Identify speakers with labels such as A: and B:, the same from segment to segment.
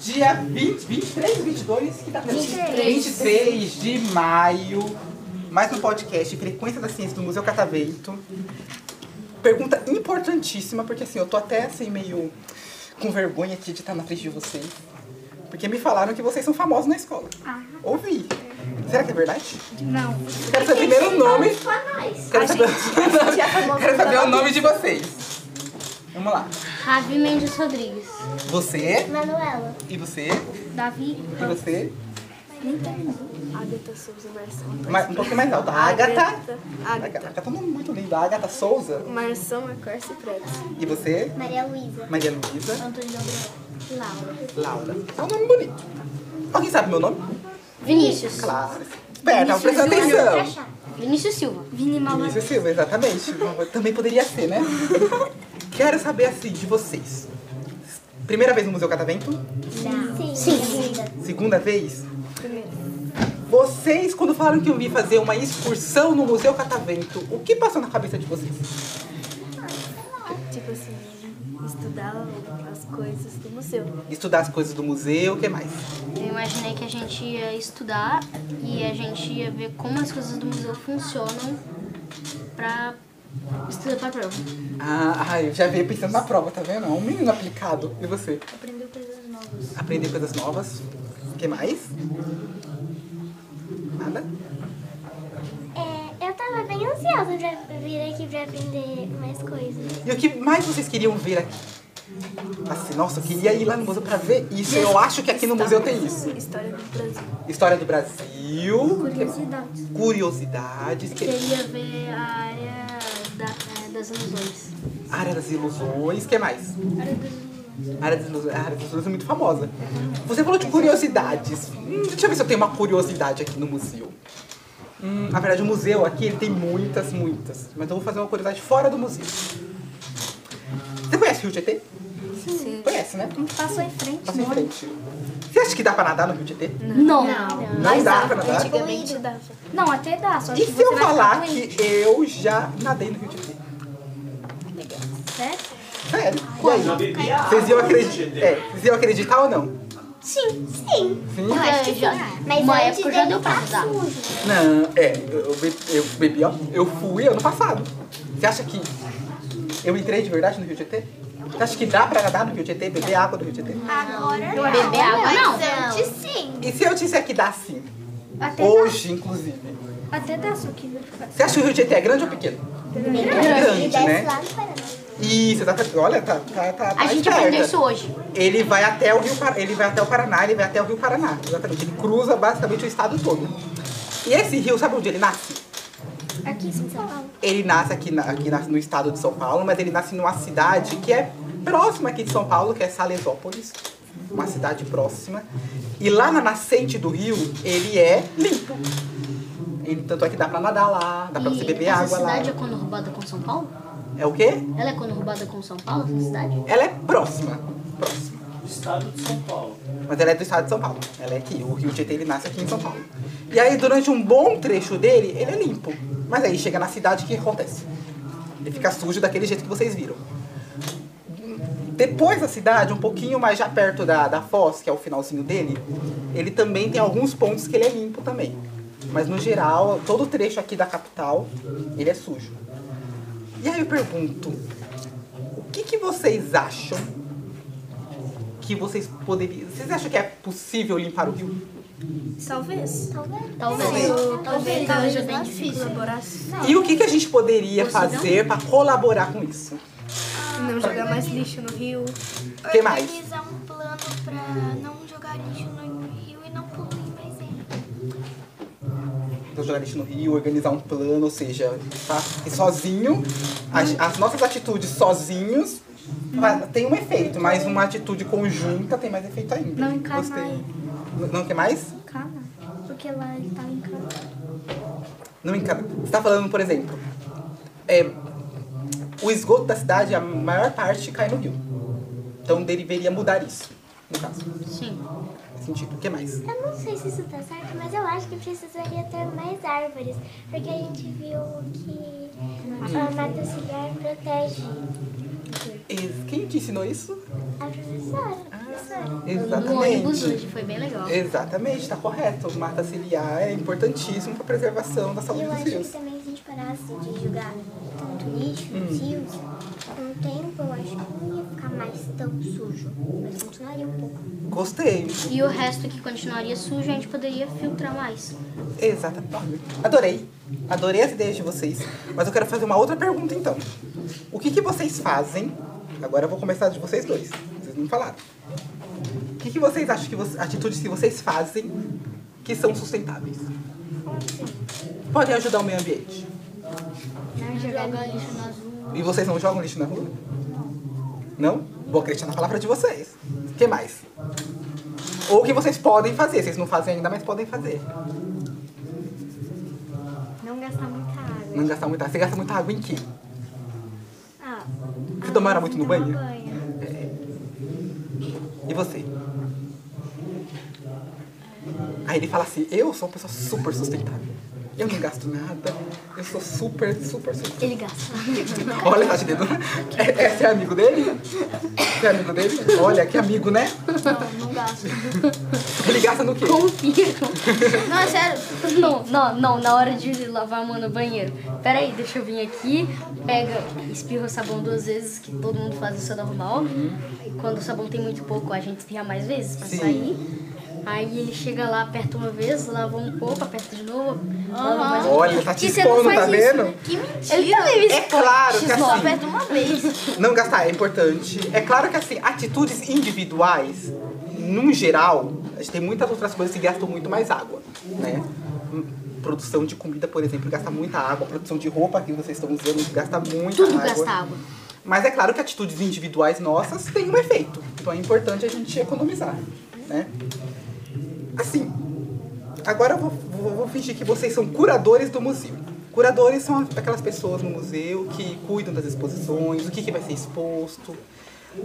A: Dia 20, 23, 22, que tá 23. 23 de maio, mais um podcast Frequência da Ciência do Museu Catavento. Pergunta importantíssima, porque assim, eu tô até assim meio com vergonha aqui de estar na frente de vocês. Porque me falaram que vocês são famosos na escola. Ouvi. Será que é verdade?
B: Não.
A: Quero saber primeiro o nome.
C: Fanais.
A: Quero saber, quero saber o nome de vocês. Vamos lá.
B: Ravi Mendes Rodrigues.
A: Você,
C: Manuela.
A: e você,
B: Davi.
A: e você.
D: Agatha Souza Marção.
A: Mais- um pouquinho mais alto. Agatha.
D: Agatha.
A: Agatha é um nome muito lindo. Agatha Souza.
D: Marção é Acorce Preto.
A: E você,
C: Maria Luísa.
A: Maria Luísa.
C: Antônio Gabriel. Laura.
A: Laura. É um nome bonito. Alguém sabe meu nome?
B: Vinícius.
A: Claro. Esperta, presta atenção.
B: Vinícius Silva.
C: Vini Malvadão.
A: Vinícius Silva, exatamente. Também poderia ser, né? Quero saber assim de vocês. Primeira vez no Museu Catavento?
C: Sim.
A: Segunda vez? Vocês, quando falaram que eu vim fazer uma excursão no Museu Catavento, o que passou na cabeça de vocês?
D: Tipo assim, estudar as coisas do museu.
A: Estudar as coisas do museu, o que mais?
B: Eu imaginei que a gente ia estudar e a gente ia ver como as coisas do museu funcionam pra estudar pra prova.
A: Ah, ah, eu já veio pensando na prova, tá vendo? É um menino aplicado. E você?
C: Aprendeu coisas novas.
A: Aprender coisas novas. O que mais? Nada?
C: É, eu tava bem ansiosa pra vir aqui pra aprender mais coisas.
A: E o que mais vocês queriam ver aqui? Assim, nossa, eu queria ir lá no museu pra ver isso. Eu acho que aqui no museu tem isso.
D: História do Brasil.
A: História do Brasil.
C: Curiosidades.
A: Curiosidades. que-
B: Queria ver a área da- eh, das ilusões.
A: Área das Ilusões, que mais? Área das Ilusões. Área das Ilusões é muito famosa. Você falou de curiosidades. Hum, deixa eu ver se eu tenho uma curiosidade aqui no museu. Hum, na verdade, o museu aqui ele tem muitas, muitas. Mas eu vou fazer uma curiosidade fora do museu. Você conhece o Rio Tietê? Sim. Conhece, né?
C: Passou em frente. né?
A: Passa em frente. Você acha que dá pra nadar no Rio Tietê?
B: Não.
A: Não, dá pra nadar?
D: Antigamente dava.
C: Não, até dá, só
A: E se eu falar que eu já nadei no Rio Tietê?
C: Certo?
A: Sério? E aí? Vocês iam acreditar, é, vocês iam acreditar ou não?
C: Sim, sim.
A: Sim?
B: Eu acho que já- uma época já deu pra usar.
A: Não, é, eu, be- eu bebi, ó, eu fui ano passado. Você acha que eu entrei de verdade no Rio Tietê? Você acha que dá pra nadar no Rio Tietê, beber água do Rio Tietê?
C: Agora não.
B: Beber água não.
C: Antes sim.
A: E se eu disser que dá sim?
C: Até
A: Hoje, inclusive.
C: dá. Até dá, só que vai ficar.
A: Você acha que o Rio Tietê é grande ou pequeno? Grande, né? Isso, exatamente. Olha, tá, tá, tá, tá
B: A gente
A: esperta.
B: aprendeu isso hoje.
A: Ele vai até o Rio Par- ele vai até o Paraná, ele vai até o Rio Paraná, exatamente. Ele cruza basicamente o estado todo. E esse rio, sabe onde ele nasce?
C: Aqui em São Paulo.
A: Ele nasce aqui, na- aqui na- no estado de São Paulo, mas ele nasce numa cidade que é próxima aqui de São Paulo, que é Salesópolis, uma cidade próxima. E lá na nascente do rio, ele é limpo. E, tanto é que dá pra nadar lá, dá pra você
B: E
A: beber
B: essa
A: água lá.
B: cidade é conurubada com São Paulo?
A: É o quê?
B: Ela é conurubada com São Paulo, essa cidade?
A: Ela é próxima. Próxima.
E: do estado de São Paulo. né?
A: Mas ela é do estado de São Paulo. Ela é aqui. O Rio Tietê ele nasce aqui em São Paulo. E aí, durante um bom trecho dele, ele é limpo. Mas aí chega na cidade, o que acontece? Ele fica sujo daquele jeito que vocês viram. Depois da cidade, um pouquinho mais já perto da, da foz, que é o finalzinho dele, ele também tem alguns pontos que ele é limpo também. Mas no geral, todo o trecho aqui da capital, ele é sujo. E aí eu pergunto, o que, que vocês acham que vocês poderiam. Vocês acham que é possível limpar o rio?
D: Talvez.
B: Talvez.
C: Talvez.
D: Talvez
A: né?
D: é bem difícil. Colaborasse.
A: E o que, que a gente poderia fazer para colaborar com isso?
D: Não jogar mais lixo no rio.
A: O que mais?
C: Organizar um plano pra não jogar lixo no rio e não poluir mais ele.
A: Então, jogar lixo no rio, organizar um plano, ou seja, tá? E sozinho, as, as nossas atitudes sozinhos va- tem um efeito, mas uma atitude conjunta tem mais efeito ainda.
C: Não encanar ele.
A: Não, não quer mais?
C: Cana. Porque lá ele tava em cana.
A: Não encana. Você tá falando, por exemplo, é, o esgoto da cidade, a maior parte cai no rio. Então deveria mudar isso, no caso.
B: Sim.
A: Você sentido. O que mais?
E: Eu não sei se isso tá certo, mas eu acho que precisaria ter mais árvores. Porque a gente viu que a mata ciliar protege
A: Ex- Quem te ensinou isso?
E: a professora. A professora.
B: No Um
E: Um
B: ônibus
A: Exatamente.
B: hoje, foi bem legal.
A: Exatamente, tá correto. O mata ciliar é importantíssimo pra preservação da
E: E
A: saúde
E: eu
A: dos
E: acho que
A: rios.
E: também se a gente parasse de jogar tanto lixo nos rios, com o tempo eu acho que não ia ficar mais tão sujo. Mas continuaria um pouco.
A: Gostei.
B: E o resto que continuaria sujo, a gente poderia filtrar mais.
A: Exatamente. Adorei. Adorei as ideias de vocês. Mas eu quero fazer uma outra pergunta então. O que, que vocês fazem? Agora eu vou começar de vocês dois. Vocês não falaram. O que, que vocês acham que vo- atitudes que vocês fazem que são sustentáveis? Podem ajudar o meio ambiente.
D: Não jogar lixo na
A: E vocês não jogam lixo na rua? Não? Vou acreditar na palavra de vocês. O que mais? Ou o que vocês podem fazer. Vocês não fazem ainda, mas podem fazer.
D: Não gastar muita água.
A: Não gastar muita Você gasta muita água em quê?
D: Ah,
A: Você tomara
D: às vezes
A: muito no
D: tomar
A: banho?
D: banho?
A: E você? Aí ele fala assim, eu sou uma pessoa super sustentável. Eu não gasto nada, eu sou super, super, super.
B: Ele gasta.
A: Olha, tá te dedo. É, é, você é amigo dele? Você é amigo dele? Olha, que amigo, né?
B: Não, não gasta.
A: Ele gasta no quê?
B: Confirmo. Não, é sério. Não, não, não. Na hora de lavar a mão no banheiro. Pera aí, deixa eu vir aqui. Pega, espirra o sabão duas vezes, que todo mundo faz isso normal. E Quando o sabão tem muito pouco, a gente espirra mais vezes pra
A: Sim.
B: sair. Aí ele chega lá, aperta uma vez, lava um pouco, aperta de novo, lava mais um
A: Olha, tá te
B: Que você não
A: expondo,
B: faz
A: tá
B: isso, né?
A: vendo?
C: Que mentira.
B: Ele também
A: É
B: me expõe.
A: claro que
B: Só
A: assim-
B: aperta uma vez.
A: Não gastar é importante. É claro que assim, atitudes individuais, num geral, a gente tem muitas outras coisas que gastam muito mais água, né? Hum, Produção de comida, por exemplo, gasta muita água. Produção de roupa que vocês estão usando gasta muita
B: Tudo
A: água.
B: gasta água.
A: Mas é claro que atitudes individuais nossas têm um efeito. Então é importante a gente economizar, né? Assim, agora eu vou, vou- vou fingir que vocês são curadores do museu. Curadores são aquelas pessoas no museu que cuidam das exposições, o que, que vai ser exposto.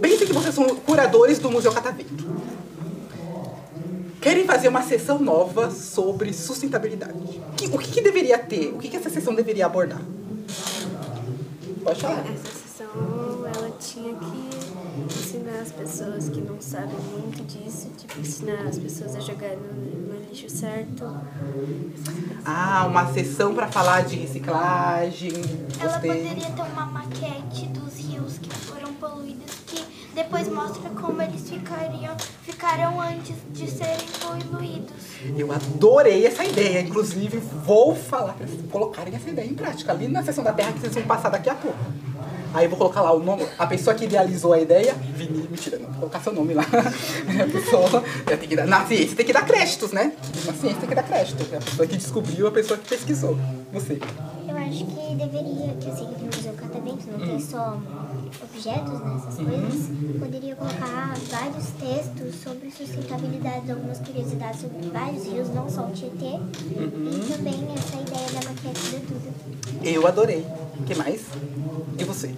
A: Pensem que vocês são curadores do Museu Catavento. Querem fazer uma sessão nova sobre sustentabilidade. Que- O que, que deveria ter? O que, que essa sessão deveria abordar? Pode falar.
C: É.
D: Essa sessão, ela tinha que ensinar as pessoas que não sabem muito disso, tipo, ensinar as pessoas a jogar no, no lixo certo.
A: Ah, uma sessão para falar de reciclagem.
C: Ela
A: Gostei.
C: poderia ter uma maquete dos rios que foram poluídos que depois mostra como eles ficariam, ficaram antes de serem poluídos.
A: Eu adorei essa ideia. Inclusive, vou falar para vocês colocarem essa ideia em prática. Ali na sessão da Terra que vocês vão passar daqui a pouco. Aí eu vou colocar lá o nome, a pessoa que idealizou a ideia, Vini, mentira, não, vou colocar seu nome lá. É A pessoa, eu tenho que dar, na ciência tem que dar créditos, né? Na ciência tem que dar crédito. É a pessoa que descobriu, a pessoa que pesquisou. Você.
E: Eu acho que deveria, que eu sei que no Museu Catavento não tem só objetos, né, essas coisas, poderia colocar vários textos sobre sustentabilidade, algumas curiosidades sobre vários rios, não só o Tietê, e também essa ideia da maquete do Duda.
A: Eu adorei. O que mais? E você?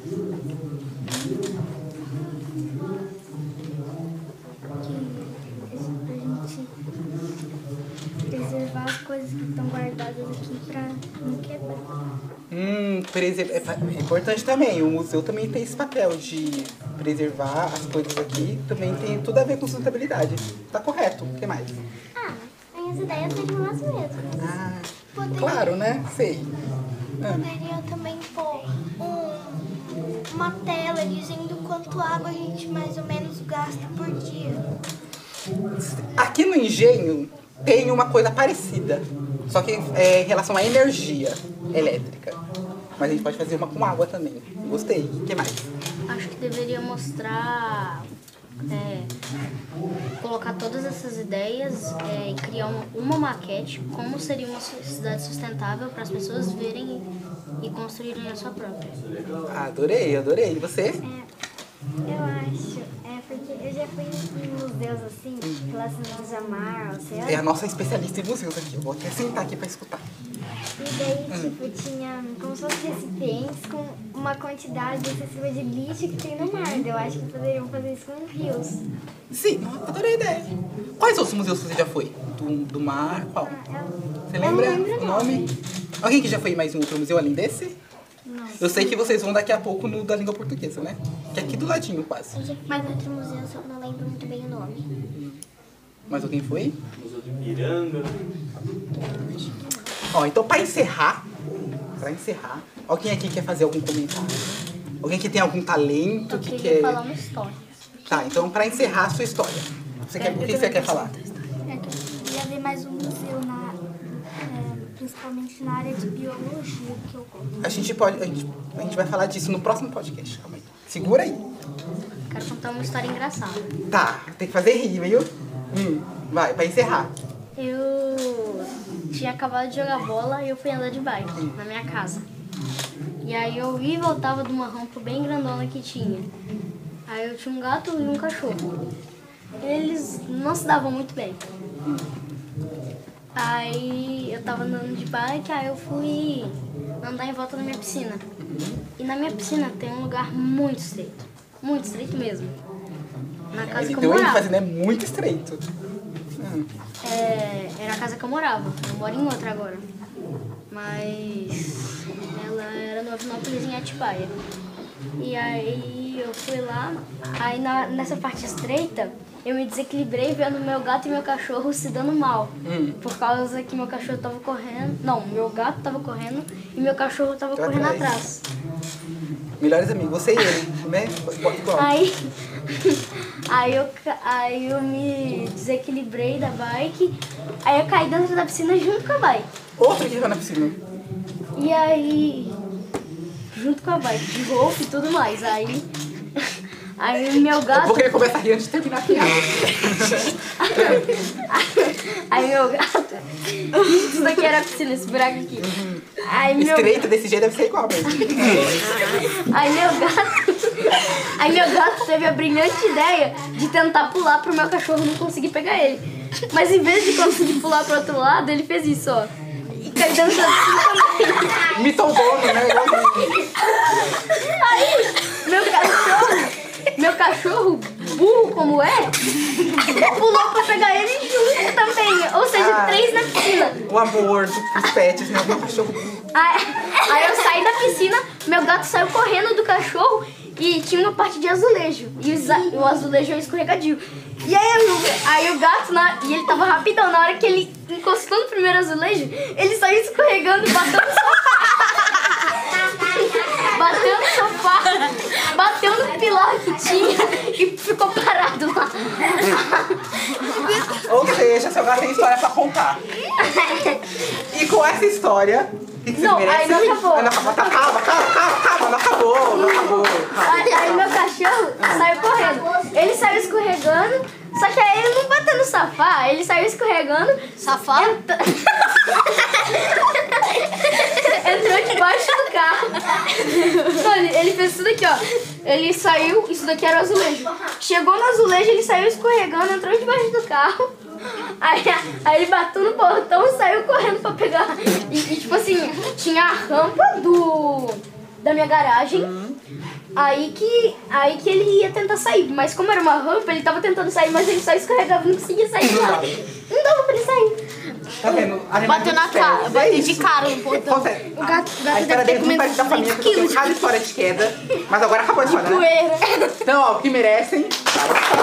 E: a gente preservar as coisas que estão guardadas aqui para não quebrar.
A: Hum, preser- é pa- é importante também. O museu também tem esse papel de preservar as coisas aqui. Também tem tudo a ver com sustentabilidade. Tá correto. O que mais?
E: Ah, aí as ideias seriam as mesmas.
A: Ah,
C: Poderia,
A: claro, né? Sei. Ah,
C: poderia também pôr um- uma tela dizendo quanto água a gente mais ou menos gasta por dia.
A: Aqui no engenho tem uma coisa parecida. Só que é em relação à energia elétrica. Mas a gente pode fazer uma com água também. Gostei. O que mais?
B: Acho que deveria mostrar, é, colocar todas essas ideias é, e criar uma, uma maquete, como seria uma sociedade sustentável para as pessoas verem e, e construírem a sua própria.
A: Ah, adorei, adorei. E você?
E: É, Eu acho, é porque eu já fui em museus assim, relacionados a
A: É
E: mar,
A: a
E: oceano.
A: nossa especialista em museus aqui. Eu vou até sentar aqui pra escutar.
E: E daí, tipo, tinha como se fossem recipientes com uma quantidade excessiva de lixo que tem no mar. Eu acho que poderiam fazer isso com rios.
A: Sim, nossa, adorei a ideia. Quais outros museus você já foi? Do, do mar, qual?
E: Ah, eu-
A: Você
E: eu não
A: lembra
E: lembro
A: o
E: o
A: nome? Alguém que já foi em mais em outro museu além desse? Não. Eu sei que vocês vão daqui a pouco no da língua portuguesa, né? Que é aqui do ladinho, quase.
E: Eu já fui em outro museu, só que não lembro muito bem o nome.
A: Mas alguém foi?
F: Museu do Ipiranga.
A: Ó, então pra encerrar, pra encerrar, alguém aqui quer fazer algum comentário? Alguém que tem algum talento
B: Eu
A: que é?
B: queria
A: quer.
B: falar um uma história.
A: Tá, então pra encerrar a sua história. Você quer, o que você quer falar?
C: É que eu queria ver mais um museu, na, é, principalmente na área de biologia, que eu gosto.
A: A gente pode. A gente, a gente vai falar disso no próximo podcast. Calma aí. Segura aí.
B: Quero contar uma história engraçada.
A: Tá, tem que fazer rir, viu? Hum, vai, pra encerrar.
B: Eu tinha acabado de jogar bola e eu fui andar de bike na minha casa. E aí eu ia e voltava de uma rampa bem grandona que tinha. Aí eu tinha um gato e um cachorro. Eles não se davam muito bem. Aí eu tava andando de bike, aí eu fui andar em volta da minha piscina. E na minha piscina tem um lugar muito estreito. Muito estreito mesmo. Na casa que eu
A: Então ele
B: morava.
A: fazendo é muito estreito. Hum,
B: É, era a casa que eu morava. Eu moro em outra agora. Mas ela era no Avinópolis em Atibaia. E aí eu fui lá, aí na- nessa parte estreita eu me desequilibrei vendo meu gato e meu cachorro se dando mal.
A: Hum.
B: Por causa que meu cachorro tava correndo. Não, meu gato tava correndo e meu cachorro tava
A: Tá
B: correndo
A: atrás.
B: atrás.
A: melhores amigos, você e ele, né? Igual- igual.
B: Aí, aí, eu, ca- aí eu me desequilibrei da bike, aí eu caí dentro da piscina junto com a bike.
A: Outro que vai na piscina.
B: E aí, junto com a bike de golfe e tudo mais, aí. Aí meu
A: Eu vou
B: gato.
A: querer começar a rir antes de terminar a piada.
B: Aí meu gato. Isso daqui era a piscina, esse buraco aqui. Aí meu,
A: Estreito desse jeito deve ser igual mesmo.
B: aí meu gato. Aí meu gato teve a brilhante ideia de tentar pular pro meu cachorro não conseguir pegar ele. Mas em vez de conseguir pular pro outro lado, ele fez isso, ó. E caiu dentro da piscina também.
A: Me tombando, né? Igual-
B: Aí, meu cachorro, meu cachorro, burro como é, pulou pra pegar ele junto também. Ou seja,
A: Ah.
B: três na piscina.
A: O amor dos pets, né? O cachorro.
B: Aí, aí eu saí da piscina, meu gato saiu correndo do cachorro e tinha uma parte de azulejo. E os a- o azulejo é escorregadio. E aí, eu- aí o gato, na- e ele tava rapidão, na hora que ele encostou no primeiro azulejo, ele saiu escorregando, batendo no Bateu no sofá, bateu no pilar que tinha e ficou parado lá.
A: Ou seja, seu gato tem história pra contar. E com essa história. o que que vocês
B: Não, aí
A: merecem?
B: não acabou.
A: Ah, não acabou. Tá, calma, calma, calma, calma, não acabou, não acabou. calma.
B: Aí, aí meu cachorro saiu correndo. Ele saiu escorregando, só que aí ele não bateu no sofá, ele saiu escorregando. Safá? Entrou debaixo do carro. Não, ele, ele fez isso daqui, ó. Ele saiu, isso daqui era o azulejo. Chegou no azulejo, ele saiu escorregando, entrou debaixo do carro. Aí, aí ele bateu no portão e saiu correndo pra pegar. E, e, tipo assim, tinha a rampa do. da minha garagem. Aí que, aí que ele ia tentar sair, mas como era uma rampa, ele tava tentando sair, mas ele só escorregava, não conseguia sair de lá. Não dava pra ele sair.
A: Tá vendo?
G: Bateu na cara,
A: É
G: bateu de
A: cara.
G: cara no portão.
A: O
G: gato- o gato
A: a história
G: deve ter
A: dele não
G: comido
A: parece da
G: 20
A: família, porque eu tenho
G: quilos de
A: cada história de queda. Mas agora acabou de falar, né?
G: Poeira.
A: Então, ó, o que merecem. Tá,